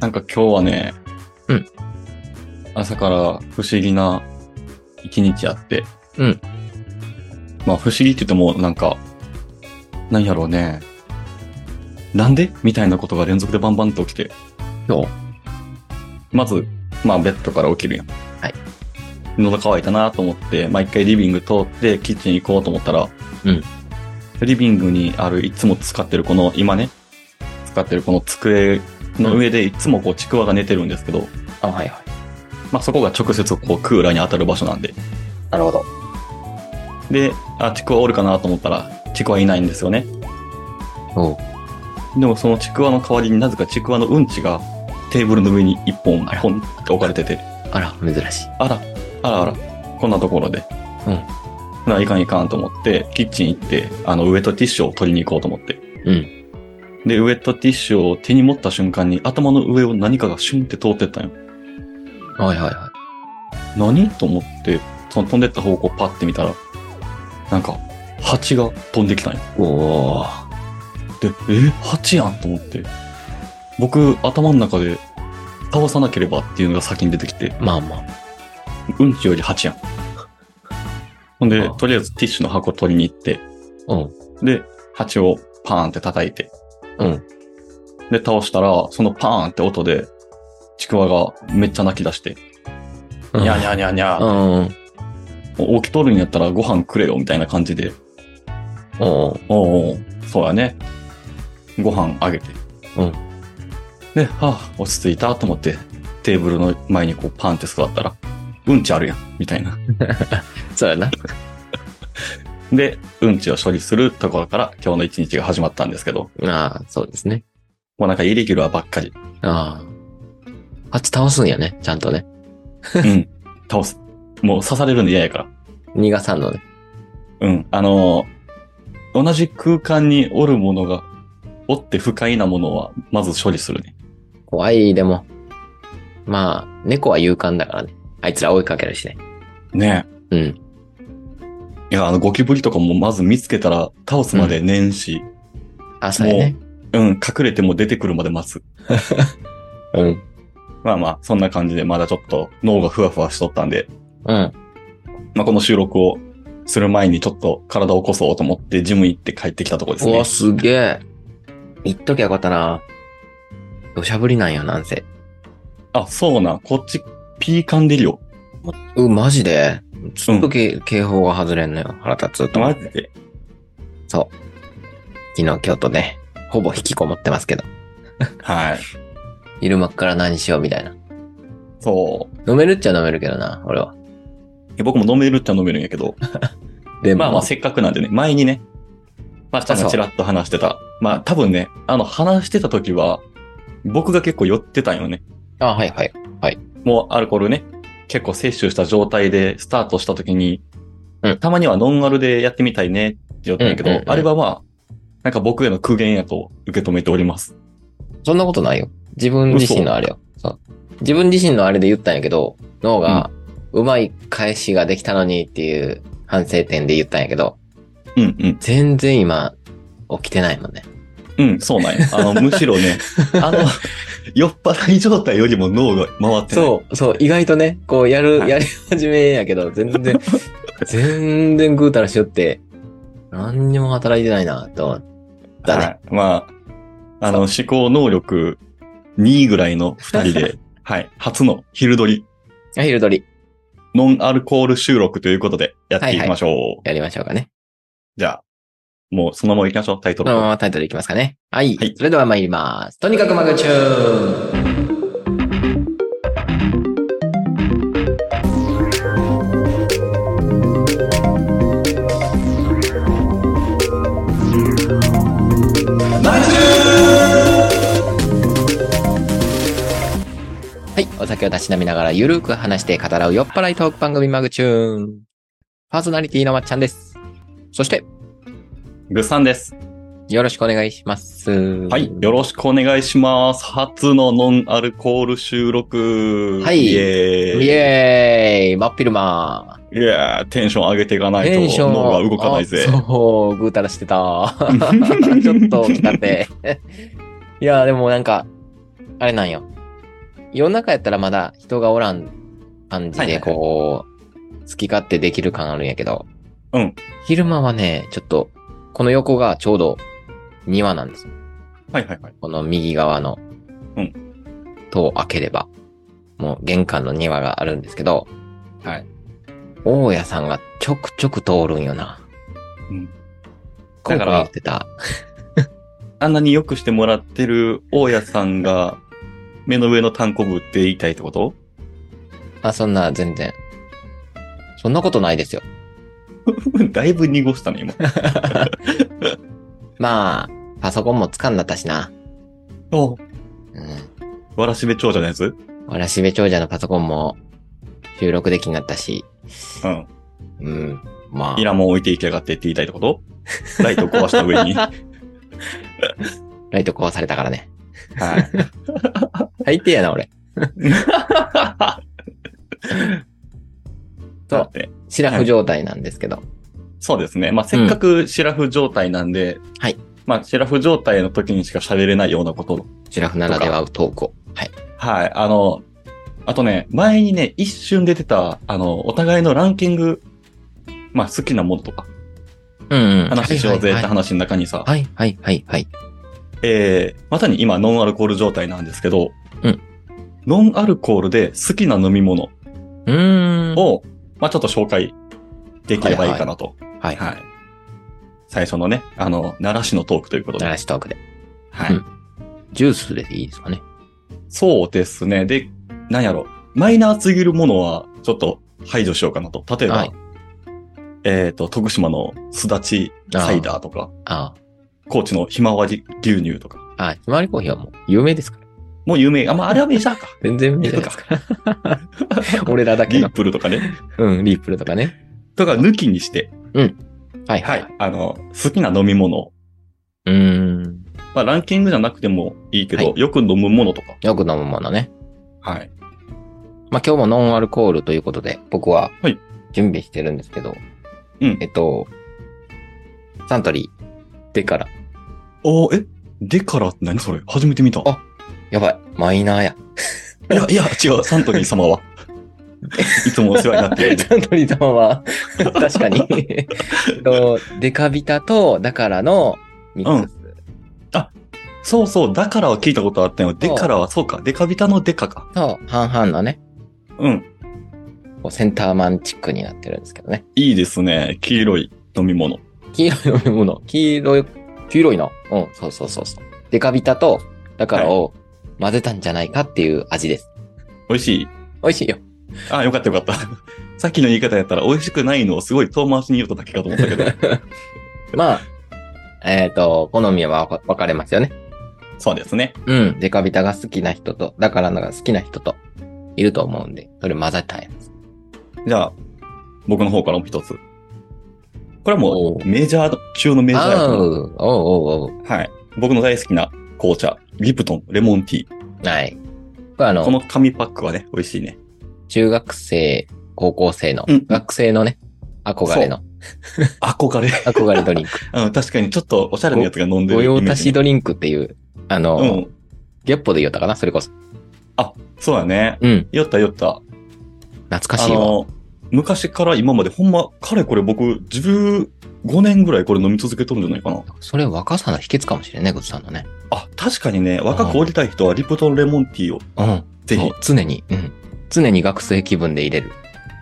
なんか今日はね、うん朝から不思議な一日あって、うんまあ不思議って言ってもなんか、なんやろうね、なんでみたいなことが連続でバンバンと起きて、おうまず、まあベッドから起きるやん。はい。喉乾いたなと思って、まあ一回リビング通ってキッチン行こうと思ったら、うんリビングにあるいつも使ってるこの、今ね、使ってるこの机の上でいつもこうちくわが寝てるんですけど、あ、はいはい。まあそこが直接こうクーラーに当たる場所なんで。なるほど。で、あ、ちくわおるかなと思ったら、ちくわいないんですよね。おうでもそのちくわの代わりになぜかちくわのうんちがテーブルの上に一本あらポンって置かれてて、あら、珍しい。あら、あらあら、こんなところで。うんな、いかんいかんと思って、キッチン行って、あの、ウェットティッシュを取りに行こうと思って。うん。で、ウェットティッシュを手に持った瞬間に頭の上を何かがシュンって通ってったんよ。はいはいは何と思って、その飛んでった方向パッて見たら、なんか、蜂が飛んできたんよ。い。おー。で、え、蜂やんと思って。僕、頭の中で、倒さなければっていうのが先に出てきて、まあまあ。うんちより蜂やん。ほんであ、とりあえずティッシュの箱取りに行って、うん。で、蜂をパーンって叩いて、うん。で、倒したら、そのパーンって音で、ちくわがめっちゃ泣き出して、うんにゃーにゃーにゃーにゃうー、ん。うん。起きとるんやったらご飯くれよみたいな感じで、おうおうおう、そうやね。ご飯あげて。うん。で、はあ、落ち着いたと思って、テーブルの前にこうパンって座ったら、うんちあるやん、みたいな。そうやな。で、うんちを処理するところから今日の一日が始まったんですけど、ああ、そうですね。もうなんかイレギュラーばっか り。ああ。あっち倒すんやね、ちゃんとね。うん。倒す。もう刺されるの嫌やから。逃がさんのね。うん。あのー同じ空間におるものが、おって不快なものは、まず処理するね。怖い、でも。まあ、猫は勇敢だからね。あいつら追いかけるしね。ねえ。うん。いや、あの、ゴキブリとかもまず見つけたら、倒すまでねんし、あ、そうやね。うん、隠れても出てくるまで待つ。うん。まあまあ、そんな感じで、まだちょっと脳がふわふわしとったんで、うん。まあこの収録をする前にちょっと体を起こそうと思って、ジム行って帰ってきたとこですうねわ、。すげえ。言っときゃよかったな。土砂降りなんよ、なんせ。あ、そうなん、こっち、ピーカンでるよ。う、マジで。ずっとけ、警報が外れんのよ。腹立つと思マって。ジで。そう。昨日、今日とね、ほぼ引きこもってますけど。はい。昼間っから何しようみたいな。そう。飲めるっちゃ飲めるけどな、俺は。いや僕も飲めるっちゃ飲めるんやけど、でまあまあせっかくなんでね、前にね、まあ、ちゃんがちらっと話してた。まあ、多分ね、あの、話してた時は、僕が結構酔ってたんよね。あ、はいはい。もうアルコールね、結構摂取した状態でスタートした時に、うんたまにはノンアルでやってみたいねって言ったんやけど、うんうんうんあれはまあ、なんか僕への苦言やと受け止めております。そんなことないよ。自分自身のあれよ。そう。自分自身のあれで言ったんやけど、脳が、うまい返しができたのにっていう反省点で言ったんやけど、うんうん。全然今、起きてないもんね。うん、そうなんや。 あの、むしろね、あの、酔っ払い状態よりも脳が回ってない。そう、そう、意外とね、こう、やる、はいやり始めやけど、全 然、全然ぐうたらしよって、何にも働いてないな、と思ったね。はい。まあ、あの、思考能力2位ぐらいの2人で、 はい、初の昼撮り、あ昼取り、ノンアルコール収録ということでやっていきましょう。やりましょうかね。じゃあ、もうそのまま行きましょう、タイトこル。のままタイトルいきますかね。はい。はいそれでは参ります。とにかくマグチューンはい。お酒をたしなみながらゆるく話して語らう酔っ払いトーク番組マグチューン。パーソナリティのまっちゃんです。そして、グッサンです。よろしくお願いします。ははい。よろしくお願いします。初のノンアルコール収録。はいイエーイ。イエーイ真っ昼間いやーテンション上げていかないテンショとン脳が動かないぜ。あそう、ぐうたらしてた。 ちょっと来たて。いや、でもなんか、あれなんよ。夜中やったらまだ人がおらん感じはいはいで、はいこう、好き勝手できる感あるんやけど、うん。昼間はね、ちょっと、この横がちょうど庭なんですよ。はいはいはい。この右側の、うん。戸を開ければ、もう玄関の庭があるんですけど、はい。大家さんがちょくちょく通るんよな。うん。だだかからら言ってた。あんなによくしてもらってる大家さんが、目の上の単行部って言いたいってこと あ、そんな、全然。そんなことないですよ。だいぶ濁したね、今。 まあ、パソコンもつかんだったしな。おうん。わらしべ長者のやつわらしべ長者のパソコンも収録できになったし。うん。うん。まいあ、らもん置いていきやがってって言いたいってことライト壊した 上に。はライト壊されたからね。い。最低やな、俺。だって、シラフ状態なんですけど。そうですね。まあ、せっかくシラフ状態なんで、はい。まあ、シラフ状態の時にしか喋れないようなことを。シラフならではトークを。はい。はい。あの、あとね、前にね、一瞬出てた、あの、お互いのランキング、まあ、好きなものとか、うん、うん。話しようぜってはい話の中にさ、はいはいはいはい。えー、まさに今、ノンアルコール状態なんですけど、うんノンアルコールで好きな飲み物うーん。を、まあ、ちょっと紹介できればいいかなと。ははいい。はい。最初のね、あの、奈良市のトークということで。らしトークで。はい。うんジュースでいいですかね。そうですね。で、なんやろ。マイナーすぎるものは、ちょっと排除しようかなと。例えば、はいえっ、と、徳島のすだちサイダーとか、あ高知のひまわり牛乳とか。あ。ああ、ひまわりコーヒーはもう有名ですから。もう有名。あ、まあ、あれはメジャ ーか。全然見えないですから。俺らだけリーの。プルとかね。うん、リープルとかね。とか、抜きにして、はいは。はいい。あの、好きな飲み物。うーん。まあ、ランキングじゃなくてもいいけど、はよく飲むものとか。よく飲むものね。はい。まあ今日もノンアルコールということで、僕ははい準備してるんですけど、うんえっと、サントリーでから。おーえ、でからって何それ初めて見た。あやばい、マイナーや。いや、いや、違う、 サントリー様は。いつもお世話になっている。 サントリー様は、確かに。えっと、デカビタとだからのミックス。そうそう、だからは聞いたことあったよ。でからは、そうか、デカビタのデカか。と、半々のね、うん。こうセンターマンチックになってるんですけどね。いいですね。黄色い飲み物。黄色い飲み物。黄色い、黄色いな。うん、そうそうそうそう。デカビタと、だからを混ぜたんじゃないかっていう味です。美味しい。美味しいよ。あ、よかったよか った。さっきの言い方やったら、美味しくないのをすごい遠回しに言うとだけかと思ったけ ど。まあ、えっ、と、好みは分かれますよね。そうですね。うん。デカビタが好きな人と、だからのが好きな人と、いると思うんで、それ混ぜたやつ。じゃあ、僕の方からも一つ。これはもおうう、メジャー中のメジャーやあとう思う。おうおうおはい。僕の大好きな紅茶、リプトン、レモンティー。う。はい。これあの、この紙パックはね、美味しいね。中学生、高校生の、うん学生のね、憧れの、憧れ。 憧れドリンク。うん、確かにちょっとおしゃれなやつが飲んでる御イメー用ジね。達ドリンクっていう、あの、うん。ゲッポで言ったかなそれこそ。そうだね。うん。酔った酔った。懐かあしいわ。の、昔から今までほんま、かれこれ僕、15年ぐらいこれ飲み続けとるんじゃないかな。それ若さの秘訣かもしれんね、グッズさんのね。あ、確かにね、若くおりたい人はリプトンレモンティーをうん。ぜそひう。常に、うん。常に学生気分で入れる。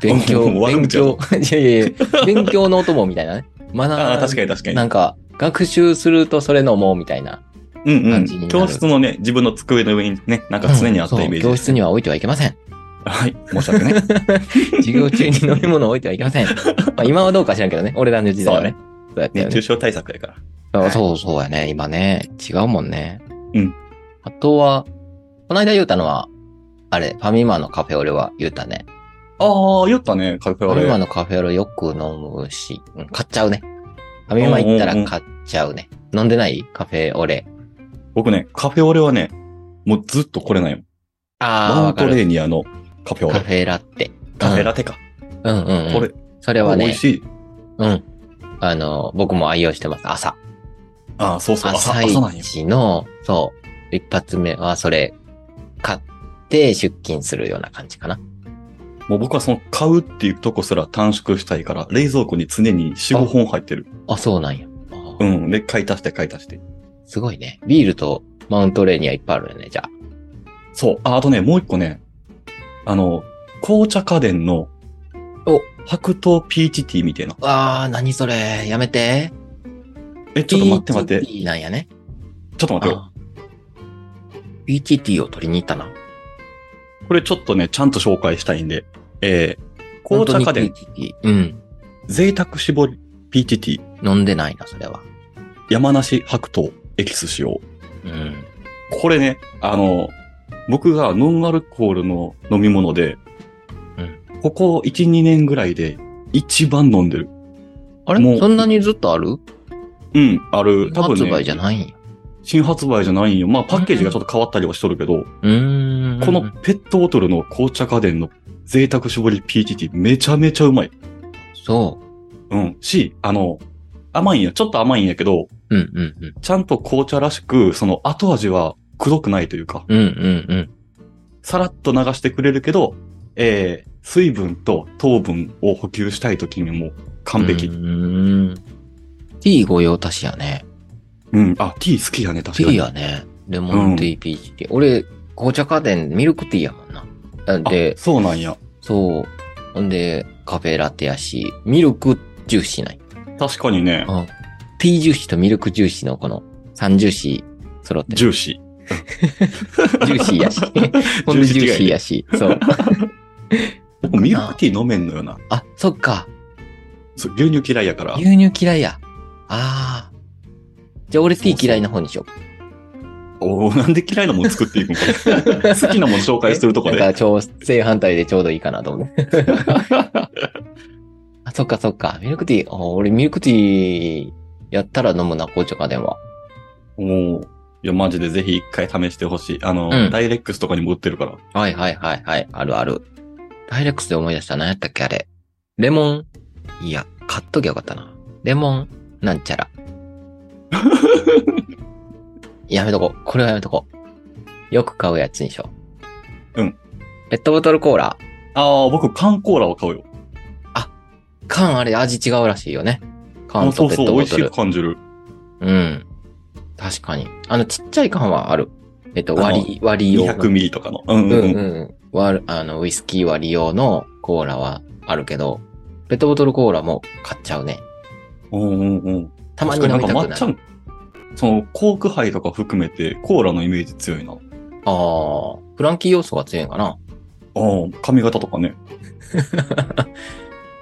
勉 強、うん悪勉口や強、 いやいやいや、勉強のお供みたいなね。学ああ、ぶ。確かに確かにな。んか、学習するとそれ飲もうみたいな。うんう。感じになんる教室のね、自分の机の上にね、なんか常にあったイメージうんそう教です。室には置いてはいけません。はい、申し訳 ない。授業中に飲み物を置いてはいけませ ん。まあ今はどうか知らんけどね。俺らの時代はね。そうやったよ熱中ね。症対策やから。そうそうそうやね。今ね。違うもんね。うん。あとは、この間言うたのは、あれ、ファミマのカフェオレは言うたね。ああ、酔ったね、カフェフオァミマレ。のカフェオレよく飲むし、うん買っちゃうね。ファミマ行ったら買っちゃうね。飲んでないカフェオレ。僕ね、カフェオレはね、もうずっとこれないよ。ああ、マわンかトる。レーニアのカフェオカレフ。ェラテ。カフェラテか。うんうん、うん。これ、それは美味ね、しい。うん。あの、僕も愛用してます。朝。ああ、そうそう、朝、朝朝なんよ。一の、そう。一発目はそれ、買って出勤するような感じかな。もう僕はその買うっていうとこすら短縮したいから、冷蔵庫に常に4、あ5本入ってる。あ、そうなんや。うん。で、買い足して買い足して。すごいね。ビールとマウントレーニアいっぱいあるよね、じゃあ。そう。あ、あとね、もう一個ね。あの、紅茶家電の、お白桃ピーチティーみたいな。あー、何それ。やめて。え、ちょっと待って待って。 BTT なんやね。ちょっと待ってよ。あー BTT を取りに行ったな。これちょっとね、ちゃんと紹介したいんで。えー、紅茶家電、本当に BTT。うん。贅沢絞りピーチティー、飲んでないな、それは。山梨白桃エキス使用。うん。これね、あの、僕がノンアルコールの飲み物で、うんここ1、2年ぐらいで一番飲んでる。あもれうそんなにずっとあるうん、ある。多分発ね、売じゃないんや。新発売じゃないんよ。まあパッケージがちょっと変わったりはしとるけど、うーん。このペットボトルの紅茶家電の贅沢絞りピーチティーめちゃめちゃうまい。そうん。し、あの、甘いんや。ちょっと甘いんやけど、う。うんうんうん。ちゃんと紅茶らしく、その後味はくどくないというか、うんうんうん。さらっと流してくれるけど、えー、水分と糖分を補給したい時にも完璧。ううん。ーん。T ご用達やね。あ、ティー好きやね、確か T に。やね。レモンティー、ピーチティー。俺、紅茶家電、ミルクティーやもんな。ああで、そうなんや。そう。ほんで、カフェラテやし、ミルクジューシーない。確かにね、うん。T ジューシーとミルクジューシーのこの3ジューシー揃ってる。ジューシ ジューシーやし。ほんでジューシーやし。そう。ー。僕ミルクティー飲めんのよな。あ、そっか。そう牛乳嫌いやから。牛乳嫌いや。ああ。じゃあ俺そう T そう嫌いな方にしよう。おーなんで嫌いなもん作っていく んかな好きなもん紹介するとこだかで。ら調整反対でちょうどいいかなと 思う。あ、そっかそっか。ミルクティー。あ俺ミルクティーやったら飲むな、紅茶家電は。もう、いや、マジでぜひ一回試してほしい。あの、うんダイレックスとかにも売ってるから。はいはいはいはい。あるある。ダイレックスで思い出した。何やったっけあれ。レモン。いや、買っときゃよかったな。レモン、なんち ゃら。やめとこう。これはやめとこう。よく買うやつにしよう。うん。ペットボトルコーラ。ああ、僕缶コーラを買うよ。缶あれ味違うらしいよね。あ缶そとうペそッう、ト美ボ味しトル。く感じる。うん。確かに。あの、ちっちゃい缶はある。えっと、あの割り、割り用の。 200ミリとかの。うんううんんううん。ん。割る、あの、ウイスキー割り用のコーラはあるけど、ペットボトルコーラも買っちゃうね。うんうんうん。たまに飲みたく確なかる。んか抹茶、その、コーク杯とか含めて、コーラのイメージ強いな。あああ、フランキー要素が強いんかなあ、髪型とかね。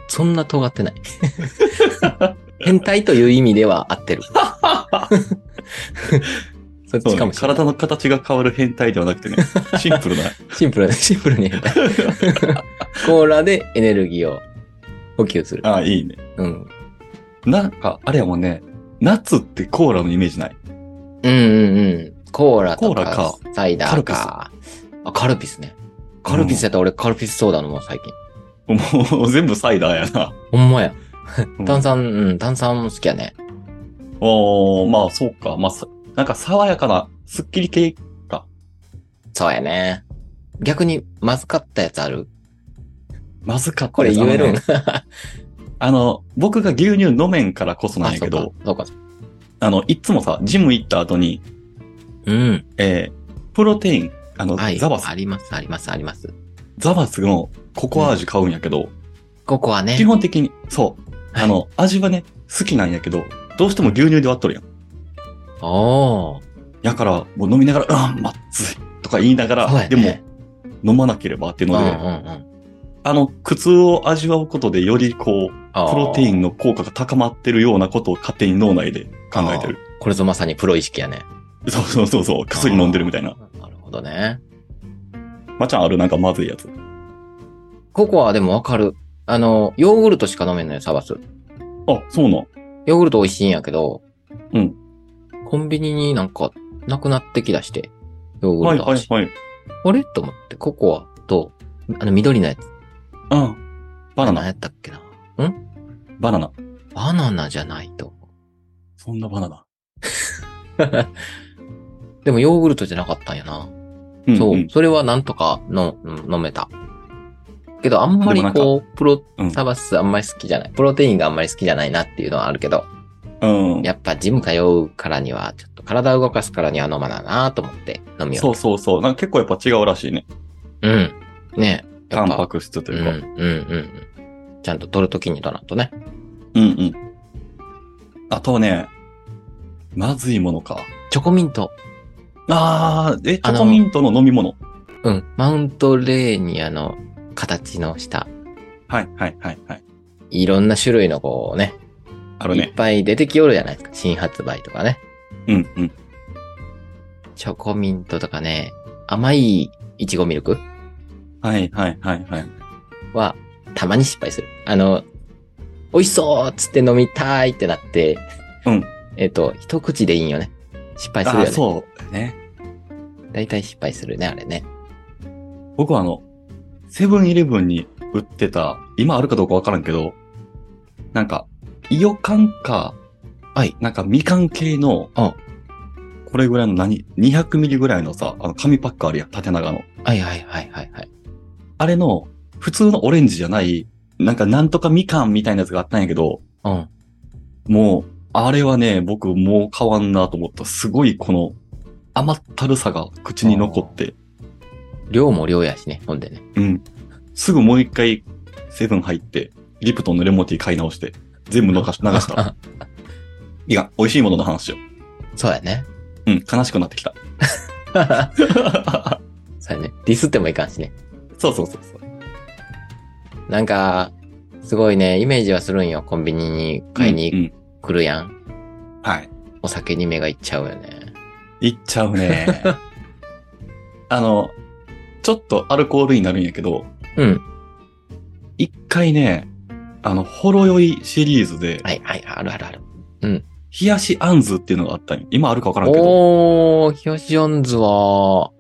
そんな尖って ない。変態という意味では合 ってる。そっそうちかねもしれない。体の形が変わる変態ではなく てね、シンプルな。シン プルに、シンプルに変態。コーラでエネルギーを補給する。ああ、いいね。うん。なんか、あれやもんね、夏ってコーラのイメージない。うんうんうん。コーラとコーラかか、サイダーか。あ、カルピスね。カルピスやったら俺カルピスソーダ飲もう、最近。もう、全部サイダーやな。ほんまや。うん炭酸、うん、炭酸も好きやね。おーまあ、そうか。まあ、さなんか爽やかな、スッキリ系。そうやね。逆に、まずかったやつあるまずかったこれです言えるあんのねあの、僕が牛乳飲めんから こそなんやけど、。あそうかそうか。あの、いつもさ、ジム行った後に、うん。えー、プロテイン、あの、はい。ザバスあ、ります、あります、あります。ザバスのココア味買うんやけど、ここはね。基本的に、そう、あの、味はね、好きなんやけど、どうしても牛乳で割っとるやん。おー。やから、もう飲みながら、あー、まっつい、とか言いながら、そうやねでも、飲まなければっていううんのうんで、うん。あの、苦痛を味わうことで、よりこう、あープロテインの効果が高まってるようなことを勝手に脳内で考えてる。これぞまさにプロ意識やね。そうそうそうそう、薬飲んでるみたいな。あー。なるほどね。まちゃんあるなんかまずいやつ。ココアでもわかる。あの、ヨーグルトしか飲めんのよ、サバス。あ、そうなん。ヨーグルト美味しいんやけど、うん。コンビニになんか、なくなってきだして、ヨーグはルいトはい味。はい。あれと思って、ココアと、あの、緑のやつ。うん。バナ何ナ、やったっけな。バナナ。バナナじゃないと 思そんなバナナ。う。でも、ヨーグルトじゃなかったんやな。うんそうう。んそれはなんとかの、うん飲めた。けど、あんまりでもなんかこう、プロうん、タバスあんまり好きじゃない。プロテインがあんまり好きじゃないなっていうのはあるけど、うん。やっぱジム通うからには、ちょっと体を動かすからには飲まななと思って飲みよそうそうそう。なんか結構やっぱ違うらしいね。う。うん。ねやタっンぱパク質とうん、、いううんか。うん、うん。ちゃんと取るときに取らんとね。うん、うん、あとね、まずいものか。チョコミント。あー、え、チあのョコミントの飲み物。うん。マウントレーニアの形の下。はい、はい、はい、はい。いろんな種類のこうね、あるいっね。ぱい出てきおるじゃないですか。新発売とかね。うん、うん。チョコミントとかね、甘いいちごミルクはい、はい、はい、はい。は、たまに失敗する。あの、美味しそうっつって飲みたいってなって、うん。えっ、と、一口でいいんよね。失敗するあよー、ね。そう。ね。だいたい失敗するね、あれね。僕はあの、セブンイレブンに売ってた、今あるかどうかわからんけど、なんか、イヨカンか、はい。なんかみかん系の、あこれぐらいの何、200ミリぐらいのさ、あの紙パックあるやん、縦長の。はいはいはいはいはい。あれの、普通のオレンジじゃない、なんかなんとかみかんみたいなやつがあったんやけど、うん。もう、あれはね、僕もう変わんなと思った。すごいこの、甘ったるさが口に残って、量も量やしね、ほんでね。うん。すぐもう一回、セブン入って、リプトンのレモンティー買い直して、全部のかし流した。 あいや、美味しいものの話よ。そうや ね。うん、悲しくなってきた。そうやね。ディスってもいかんしね。そうそうそうそう。なんか、すごいね、イメージはするんよ。コンビニに買いうんにうん来るやん。はい。お酒に目がいっちゃうよね。いっちゃうね。 あの、ちょっとアルコールになるんやけど、うん。一回ね、あの、ほろ酔いシリーズで、はいはい、あるあるある。冷やしあんずっていうのがあったんよ今あるかわからんけど、おー、ヒヨシオンズは、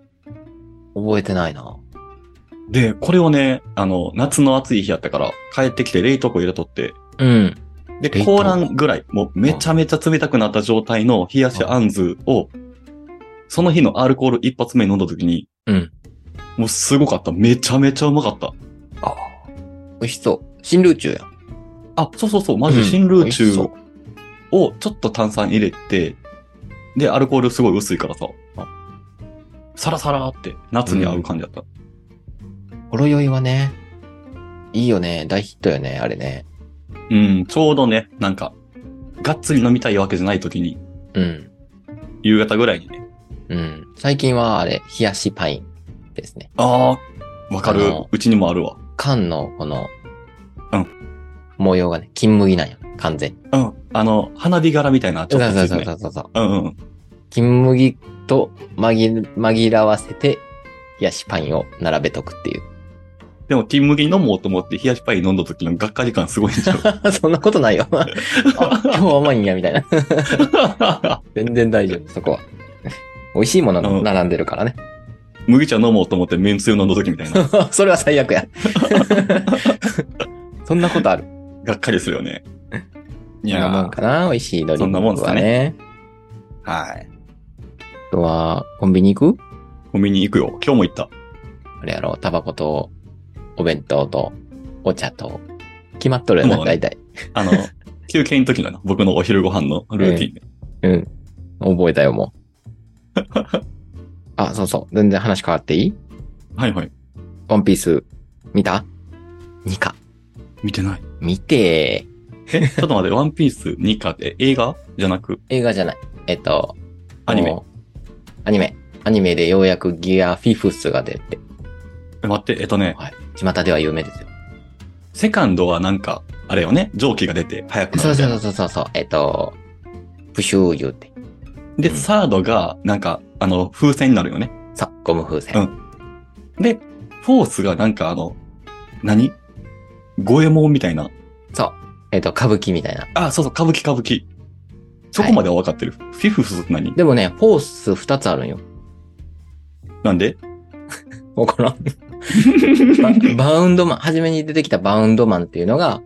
覚えてないな。で、これをね、あの、夏の暑い日やったから、帰ってきて冷凍庫入れとって、うん。で、冷凍庫凍らんぐらい、もうめちゃめちゃ冷たくなった状態の冷やしあんずを、その日のアルコール一発目に飲んだ時に、うんもうすごかった。めちゃめちゃうまかった。あ美味しそう。新ルーチューやん。あ、そうそうそう、まず新ルーチューをちょっと炭酸入れて、で、アルコールすごい薄いからさ、サラサラって夏に合う感じだった。ほろ酔いはね、いいよね。大ヒットよね、あれね。うん、ちょうどね、なんか、がっつり飲みたいわけじゃない時に、うん。夕方ぐらいにね。うん。最近は、あれ、冷やしパインですね。ああ、わかあるの。うちにもあるわ。缶の、この、うん模様がね、金麦なんよ。完全に。うん。あの、花火柄みたいな、ちそょうっそとうですそうね。そうそうそう。うんうん。金麦と紛紛らわせて、冷やしパインを並べとくっていう。 でも、金麦飲もうと思って、冷やしパイン飲んだ時のがっかり感すごいん ちゃうそんなこと ないよ。あ今日は甘いんや、みたいな。全然大丈夫、そこは。 美味しいものがうん並んでるからね。 麦茶飲もうと思って、めんつゆ飲んだ時みたいな。それは最悪や。 そんなことある。がっかりするよね。い いやなもーんかな、美味しいドリそンクは、ね。んなもんですかね。はい。あとは、コンビニ行くコンビニ行くよ。今日も行った。あれやろ、タバコと、お弁当と、お茶と、決まっとるよもね、うね大体。 あの、休憩の時のな、僕のお昼ご飯のルーティンね。うん。覚えたよ、もう。 あ、そうそう。全然話変わっていいはいはい。ワンピース、見た ?2 か。見てない。見てー。え、ちょっと待って、 ワンピース2かって映画じゃなく、映画じゃない。えっと、アニメ。もう。アニメ。アニメでようやくギアフィフスが出て、え待って、えっとね、はい。巷では有名ですよ。セカンドはなんか、あれよね、蒸気が出て早くなるそうみたそいな。うそうそうそう。えっと、プシュー言うて。で、うんサードが、なんか、あの、風船になるよね。さ、ゴム風船。うんで、フォースがなんかあの、何五右衛門みたいな。そう。えっと、歌舞伎みたいな。あ、そうそう、歌舞伎歌舞伎。そこまでは分かってる。フィフスって何でもね、フォース二つあるんよ。なんでわか らん。ババウンドマン、初めに出てきたバウンドマンっていうのが、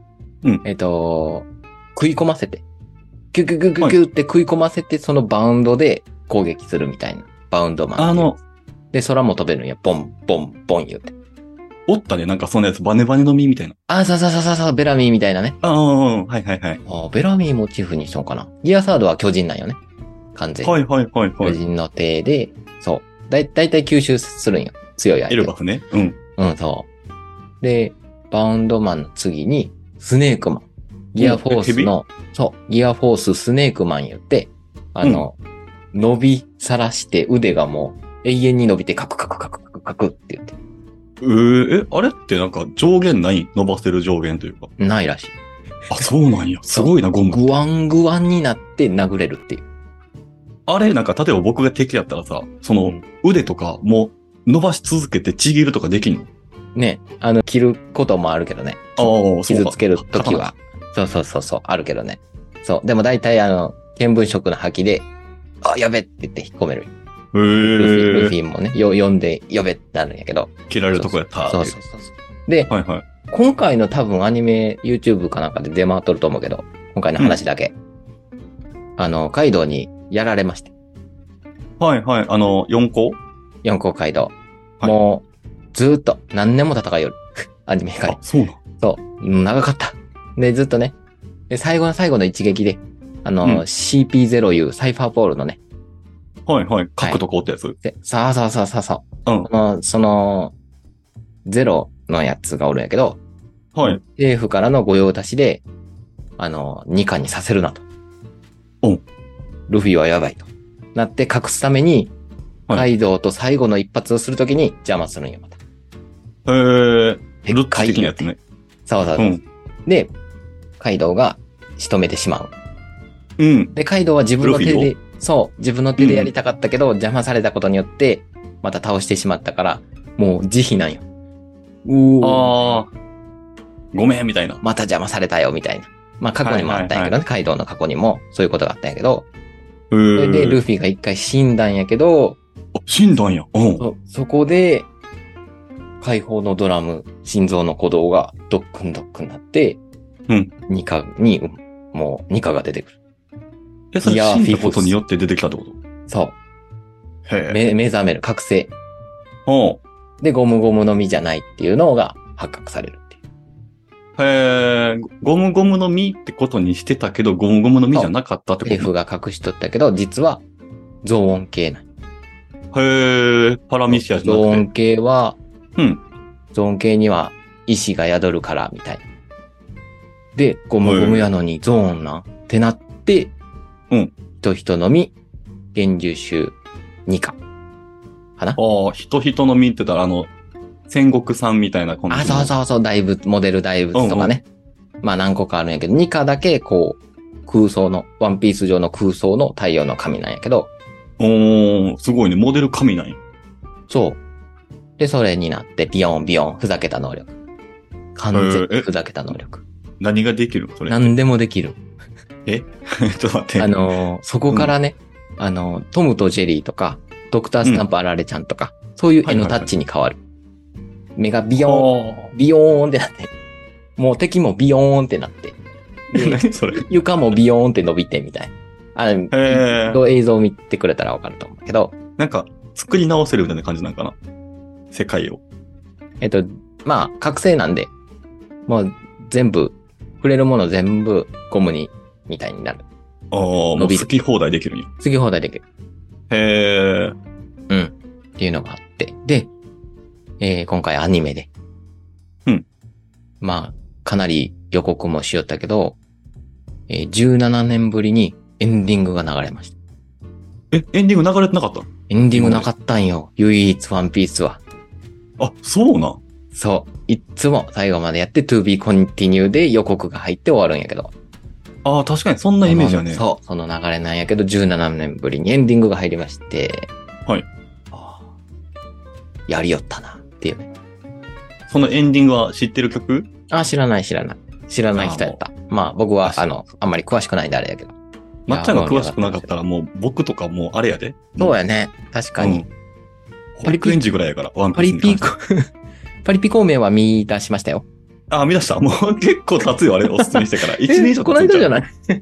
うんえっと、食い込ませて。キュキュキュキュキュって食い込ませて、そのバウンドで攻撃するみたいな。バウンドマン。あの、で、空も飛べるんや。ボン、ボン、ボン言うて。おったね、なんかそんなやつ、バネバネの実みたいな。あ、そうそうそうそうそう、ベラミーみたいなね。ああ、はいはいはい。あーベラミーモチーフにしとんかな。ギアサードは巨人なんよね。完全に。はいはいはいは巨い。人の手で、そう。だい、だいたい吸収するんよ。強い相エ手。ルバフね。うん。うん、そう。で、バウンドマンの次に、スネークマン。ギアフォースの、そう、ギアフォーススネークマン言って、あの、伸びさらして腕がもう永遠に伸びてカクカクカクカクカクって言って、えー、え、あれってなんか上限ない伸ばせる上限というか。ないらしい。あ、そうなんや。すごいな、ゴム。グワングワンになって殴れるっていう。あれ、なんか、例えば僕が敵やったらさ、その、腕とかも伸ばし続けてちぎるとかできんのね、あの、切ることもあるけどね。ああ、そう傷かつけるときは。。そうそうそうそう、あるけどね。そう。でも大体あの、見聞色の吐きで、あ、やべって言って引っ込める。へえルフィールフ、ィもね、よ読んで、呼べってなるんやけど。切られるとこやった。そうそうそうそう。で、はいはい。今回の多分アニメ YouTube かなんかで出回っとると思うけど、今回の話だけ。あの、カイドウにやられました。はいはい。あの、4個四皇カイドウ。はいもう、ずーっと、何年も戦いよる。 アニメ界あ、。そうなん。そう。うん長かった。で、ずっとね。で、最後の最後の一撃で、あの、うん CP0U、サイファーボールのね。はいはい。角とこうってやつ。で、さあさあさあさあさあ。うんその、その、ゼロのやつがおるんやけど、はい。政府からの御用達で、あの、二課にさせるなと。うんルフィはやばいと。なって隠すために、はいカイドウと最後の一発をするときに邪魔するんよ、また。へえー、ルでっッかツい的なやつね。そうそううそう。ん。で、カイドウが仕留めてしまう。うん。で、カイドウは自分の手ルで、そう、自分の手でやりたかったけど、邪魔されたことによって、また倒してしまったから、もう慈悲なんよ。うーああ。ごめん、みたいな。また邪魔されたよ、みたいな。まあ、過去にもあったんやけどね、はいはいカイドウの過去にも、そういうことがあったんやけど、へそれでールフィが一回死んだんやけど、あ死んだんや。うん。そそこで、解放のドラム、心臓の鼓動がドックンドックンなって、うん。ニカに、うんもう、ニカが出てくる。え、それいやー死んだことによって出てきたってことそへう。え。め目覚める、覚醒。うん。で、ゴムゴムの実じゃないっていうのが発覚されるっていう。へえ、ゴムゴムの実ってことにしてたけど、ゴムゴムの実じゃなかったってこと政府が隠しとったけど、実は、増音系なんよへえ、パラミシアじゃ増なく音系は、うん。ゾーン系には意志が宿るから、みたいな。で、ゴムゴムやのにゾーンなんってなって、うん。人人のみ、厳重集2か。かなて。ああ、人人の実って言ったら、あの、戦国さんみたいな感あ、じの。そうそうそう、大仏、モデル大仏とかね。まあ何個かあるんやけど、2かだけこう、空想の、ワンピース上の空想の太陽の神なんやけど、おー、すごいね。モデル神なんや。そう。で、それになって、ビヨンビヨン、ふざけた能力。完全えーえにふざけた能力。何ができるのそれ。何でもできる。 ちょっと待って。あのーそこからね、あのートムとジェリーとか、ドクタースタンプあられちゃんとか、そういう絵のタッチに変わる。目がビヨーン、あビヨーンってなって、もう敵もビヨーンってな って、ー。 何それ。へ床もビヨーンって伸びてみたいな。あの、え。映像を見てくれたらわかると思うけど、なんか、作り直せるみたいな感じなんかな。世界を。えっと、まあ、覚醒なんで、もう全部、触れるもの全部ゴムに、みたいになる。ああ、も伸うびる好き放題できるんや。次放題できる。へえ。っていうのがあって。で、えー今回アニメで。うん。まあ、かなり予告もしよったけど、えー17年ぶりにエンディングが流れました。え、エンディング流れてなかったエンディングなかったんよ。唯一ワンピースは。あ、そうなん。そう。いっつも最後までやって to be continue で予告が入って終わるんやけど。ああ、確かにそんなイメージはね。そう、その流れなんやけど、17年ぶりにエンディングが入りまして。はい。あーやりよったな、っていうね。そのエンディングは知ってる曲あ、知らない知らない。知らない人やった。まあ僕は、ああの、あんまり詳しくないんであれやけど。まっちゃんが詳しくなかったらもう僕とかもうあれやで。そうやね。確かに。うん。パリピエンジぐらいやから、ワンピパースリに関ピしては。コ、パリピ孔明は見出しましたよ。あ、見出した。もう結構経つよ、あれ、おすすめして から。一年以上この間じゃないい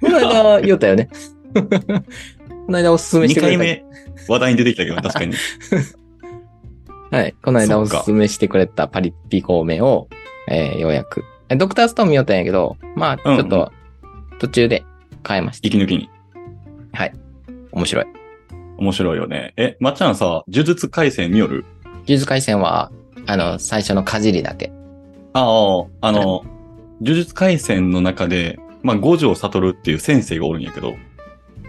この間言ったよね。 この間おすすめし二てくれ回た。目、話題に出てきたけど、確かに。はい。この間そおっかすすめしてくれたパリピ孔明を、えーようやく。えドクターストーン見よったんやけど、まあ、ちうんょっと、途中で変えました。息抜きに。面白い。面白いよね。え、まっちゃんさ、呪術回戦による呪術回戦は、あの、最初のかじりだけ。ああ、あの、呪術回戦の中で、まあ、五条悟っていう先生がおるんやけど、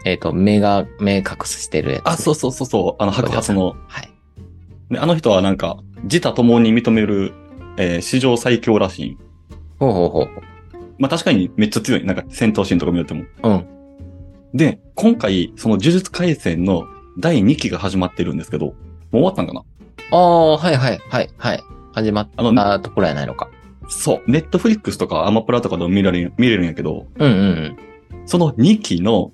えっ、と、目が、目隠してるやつ。あ、そうそうそうそう、あの、白髪の、はい。であの人はなんか、自他共に認める、えー史上最強らしい。ほうほうほうほう。まあ、確かにめっちゃ強い。なんか、戦闘シーンとか見よっても。うん。で、今回、その呪術回戦の第2期が始まってるんですけど、もう終わったんかなああ、はいはい、はい、はい。始まっあの、たところやないのか。そう、ネットフリックスとかアマプラとかでも見られる見れるんやけど、うんうんうん。その2期の、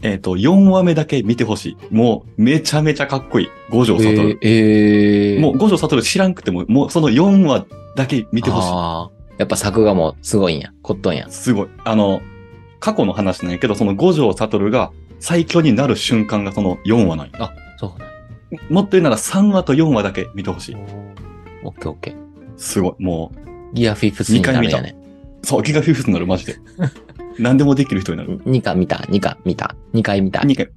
えっ、と、4話目だけ見てほしい。もう、めちゃめちゃかっこいい。五条悟。えーえーもう、五条悟知らんくても、もうその4話だけ見てほしあーやっぱ作画もすごいんや。コットンやい。。すごい。あの、過去の話なんやけど、その五条悟が最強になる瞬間がその4話なんや。あ、そうなんやもっと言うなら3話と4話だけ見てほしい。オッケーオッケー。すごい。もギアフィフスになるんやね。う、そう、ギガフィフスになる、マジ で。何でもできる人になる。 2巻見た、2巻見た、2回見た。 2回、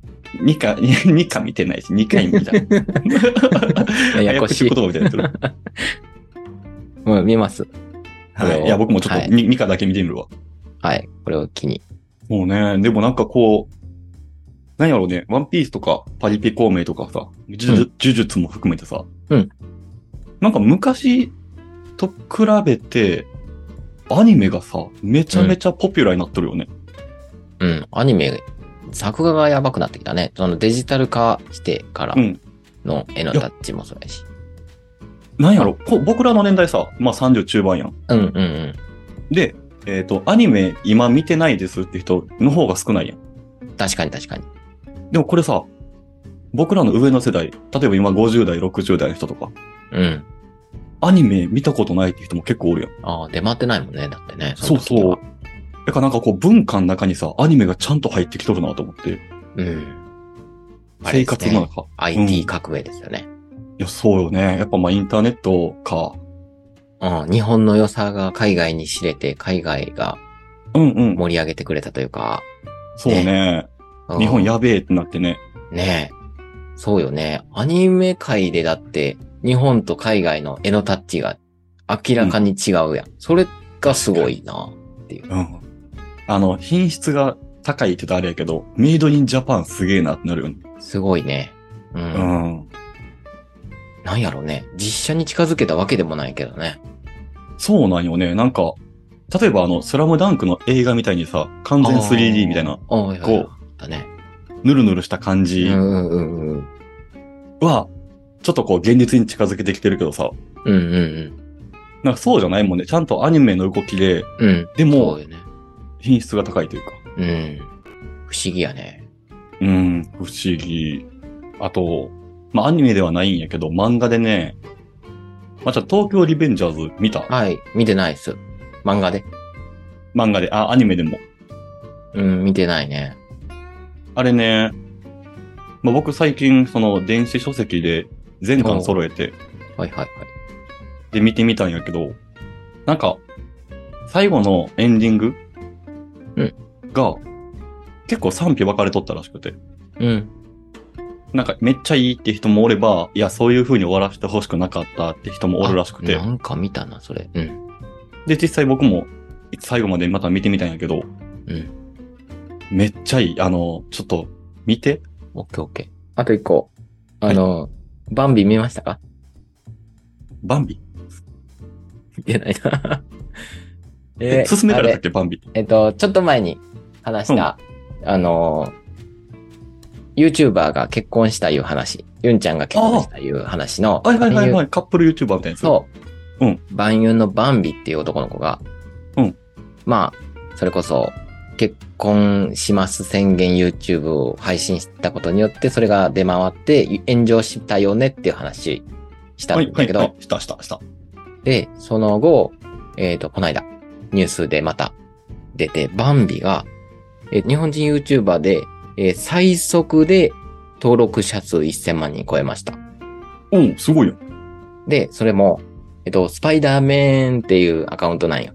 2回、2回見てないし、2回見た。 ややこし早口い言葉みたいになってる。うん、見ます。はこれをい。いや、僕もちょっはといに、2課だけ見てみるわ。はい。これを機に。もうね、でもなんかこう、何やろうね、ワンピースとか、パリピ孔明とかさ、呪術,、うん呪術も含めてさ、うん。なんか昔と比べて、アニメがさ、めちゃめちゃポピュラーになっとるよね。うん、アニメ、作画がやばくなってきたね。そのデジタル化してからうんの絵のタッチもそうやし。なんやろこ僕らの年代さ、まあ30中盤やん。うん、うん、うん。で、えっ、と、アニメ今見てないですって人の方が少ないやん。確かに確かに。でもこれさ、僕らの上の世代、例えば今50代、60代の人とか、うん。アニメ見たことないって人も結構おるやん。ああ、出回ってないもんね。だってね。そうの時そうは。。だからなんかこう文化の中にさ、アニメがちゃんと入ってきとるなと思って、うん。あれ生で活すねの中。 IT 革命ですよね。いや、そうよね。やっぱまあインターネットか。うん。日本の良さが海外に知れて、海外がうんうん。盛り上げてくれたというか。そうね。うん日本やべえってなってね。ねえ。そうよね。アニメ界でだって、日本と海外の絵のタッチが明らかに違うやん。それがすごいな。うん。あの、品質が高いって言ったらあれやけど、メイドインジャパンすげえなってなるよね。すごいね。うん。うん。なんやろね。実写に近づけたわけでもないけどね。そうなんよね。なんか、例えばあの、スラムダンクの映画みたいにさ、完全 3D みたいな、あー。あーいやいやこだね。ぬるぬるした感うじんうんうんうん。は、ちょっとこう現実に近づけてきてるけどさ、うんうんうん。なんかそうじゃないもんね。ちゃんとアニメの動きで、うん。でそもうよね。品質が高いというか。うん。不思議やね。うん、不思議。あと、まあアニメではないんやけど、漫画でね、まあ、じゃあ東京リベンジャーズ見たはい。見てないっす。漫画で。漫画で、あ、アニメでも。うん、見てないね。あれね、まあ、僕最近その電子書籍で全巻揃えて、はいはいはい。で見てみたんやけど、なんか、最後のエンディングうんが、結構賛否分かれとったらしくて。うん。なんかめっちゃいいって人もおれば、いや、そういう風に終わらせてほしくなかったって人もおるらしくてあ。なんか見たな、それ。うん。で、実際僕も最後までまた見てみたんやけど、うんめっちゃいい。あの、ちょっと見て。オッケーオッケー。あと一個。あの、バンビ見ましたか バンビ。見てない な。え、進められたあっけバンビ。えっと、ちょっと前に話した、あの、YouTuber が結婚したいう話、ユンちゃんが結婚したいう話の、はいはいはい万はい。カップル YouTuber みたいなや有つ。そう、うん万有のバンビっていう男の子が、うんまあ、それこそ、結婚します宣言 YouTube を配信したことによって、それが出回って炎上したよねっていう話したはんいはだいけど、はい。したしたした。で、その後、えっ、と、この間、ニュースでまた出て、バンビが、えー日本人 YouTuber で、えー最速で登録者数1000万人超えました。うん、すごいよ。で、それも、えっと、スパイダーメンっていうアカウントなんよ。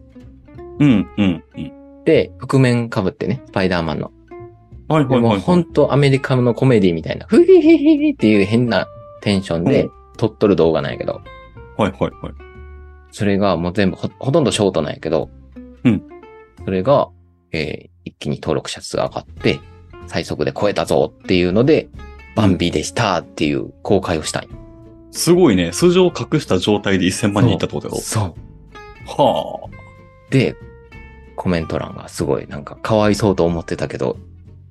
うん、うん、うん。で、覆面被ってね、スパイダーマンの。はいはいではい、もはうい。ほんとアメリカのコメディみたいな、ふひひひひっていう変なテンションうで撮っとる動画なんやけど、はいはいはい。それがもう全部ほほとんどショートなんやけど、うん。それが、えー一気に登録者数が上がって、最速で超えたぞっていうので、バンビでしたっていう公開をしたんよ。すごいね。数字を隠した状態で1000万人いったってことだろ。そう。はで、コメント欄がすごい、なんか、かわいそうと思ってたけど、うん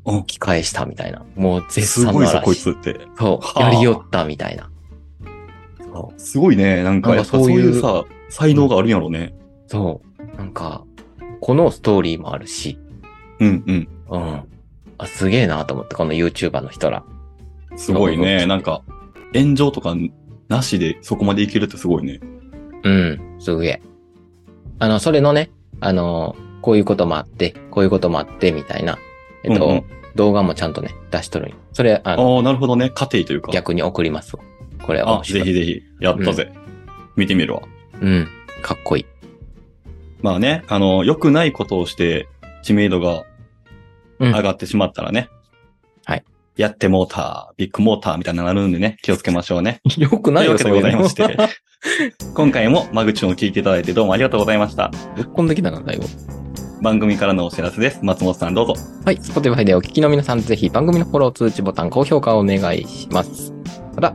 引き返したみたいな。もあ。う絶す賛ごいのぞ、こい嵐。つって。そう、はあやりよったみたいな。そう、すごいね。なんか、なんやかっぱそそうういいううさ、才能があるんやろね。そう。なんか、このストーリーもあるし、うんうん。うん。あ、すげえなと思って、この YouTuber の人ら。すごいそうそうね。なんか、炎上とかなしでそこまでいけるってすごいね。うん、すげえ。あの、それのね、あの、こういうこともあって、こういうこともあって、みたいな、えっと、うんうん動画もちゃんとね、出しとるんよそれ、あの、ああ、なるほどね。家庭というか。逆に送りますわこれはあ面、白いぜひぜひ。やったぜ。見てみるわ。うん。かっこいい。まあね、あの、良くないことをして、知名度がうん上がってしまったらね。はい。やってもうた、ビッグモーターみたいになるんでね、気をつけましょうね。よく とないういよ、わけでそうごいうざいのまして。 今回も間口を聞いていただいてどうもありがとうございました。 ぶっこんできたな、だいぶ。番組からのお知らせです。松本さんどうぞ。はい、Spotify でお聞きの皆さん、ぜひ番組のフォロー、通知ボタン、高評価をお願いします。また、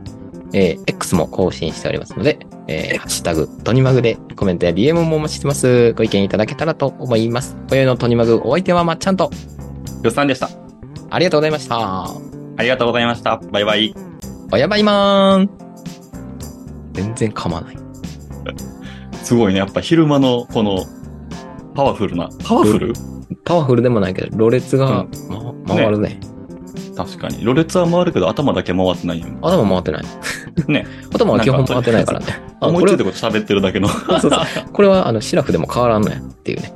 えー X も更新しておりますので、えーハッシュタグ、トニマグでコメントや DM もお待ちしてます。ご意見いただけたらと思います。今宵のトニマグ、お相手はまっちゃんと、よっさんでした。ありがとうございました。ありがとうございました。バイバイ。おやばいまーん。全然噛まない。すごいね。やっぱ昼間のこの、パワフルな。パワフルパワフルでもないけど、ろれつが、ま回るね。確かに。ろれつは回るけど頭だけ回ってないよね。頭回ってない。ね。 頭は基本回ってないからね。あ思こいつれいたこと喋ってるだけの。 そうそう。これは、あの、シラフでも変わらんのやっていうね。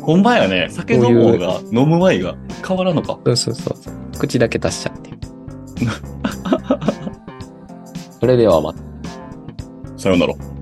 ほんまやね。酒飲もうが、飲む前が変わらんのか。そうそうそうそう。口だけ出しちゃう っていう。それではまたさようなら。